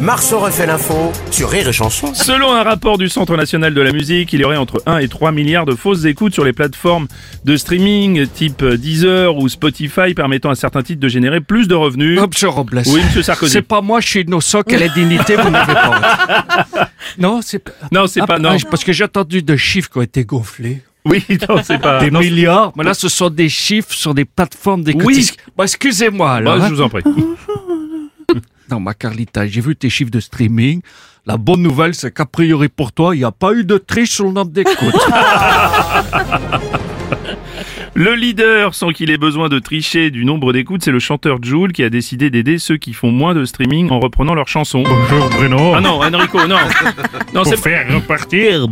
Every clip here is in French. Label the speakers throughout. Speaker 1: Marceau refait l'info sur Rire et Chanson.
Speaker 2: Selon un rapport du Centre national de la musique, il y aurait entre 1 et 3 milliards de fausses écoutes sur les plateformes de streaming type Deezer ou Spotify permettant à certains titres de générer plus de revenus.
Speaker 3: Hop, je remplace.
Speaker 2: Oui, monsieur Sarkozy.
Speaker 3: C'est pas moi chez nos socs à la dignité, vous n'avez pas. honte. Non, c'est pas.
Speaker 2: Non, c'est
Speaker 3: Ah,
Speaker 2: pas non.
Speaker 3: ah, Parce que j'ai entendu des chiffres qui ont été gonflés.
Speaker 2: Oui, non, c'est pas.
Speaker 3: des
Speaker 2: Ah, non, c'est-
Speaker 3: milliards. Mais là, ce sont des chiffres sur des plateformes d'écoute.
Speaker 2: Oui.
Speaker 3: Bon, excusez-moi, alors.
Speaker 2: Bah,
Speaker 3: hein.
Speaker 2: je vous en prie.
Speaker 3: Non, ma Carlita, j'ai vu tes chiffres de streaming. La bonne nouvelle, c'est qu'a priori pour toi, il n'y a pas eu de triche sur le nombre d'écoutes.
Speaker 2: Le leader, sans qu'il ait besoin de tricher du nombre d'écoutes, c'est le chanteur Joule qui a décidé d'aider ceux qui font moins de streaming en reprenant leurs chansons.
Speaker 4: Bonjour Bruno.
Speaker 2: Ah non, Enrico, non. Non,
Speaker 4: Pour
Speaker 2: c'est
Speaker 4: faire repartir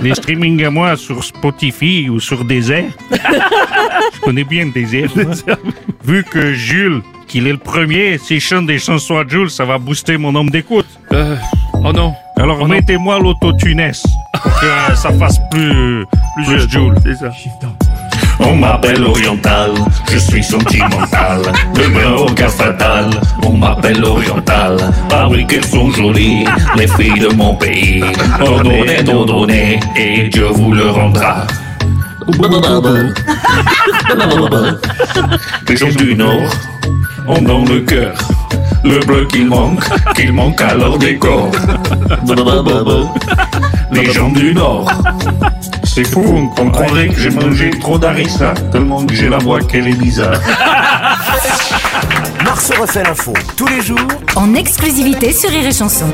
Speaker 4: les streamings à moi sur Spotify ou sur Désert. Je connais bien Désert. moi. Vu que Jules, qu'il est le premier, s'il chante des chansons à Jules, ça va booster mon nombre d'écoute.
Speaker 2: Euh, Oh non.
Speaker 4: Alors
Speaker 2: Oh non.
Speaker 4: mettez-moi l'autotunesse pour que euh, ça fasse plus, plus Jules.
Speaker 2: C'est ça.
Speaker 5: On m'appelle oriental, je suis sentimental. Demain au cas fatal, on m'appelle oriental. Ah oui, qu'elles sont jolies, les filles de mon pays. Ordonnez, ordonnez, et Dieu vous le rendra. Les gens du Nord ont dans le cœur le bleu qu'il manque, qu'il manque à leur décor. Les gens du Nord. C'est fou, on croirait que j'ai mangé trop d'harissa, tellement que j'ai la voix qu'elle est bizarre.
Speaker 1: Marceau refait l'info tous les jours
Speaker 6: en exclusivité sur Rire et Chanson.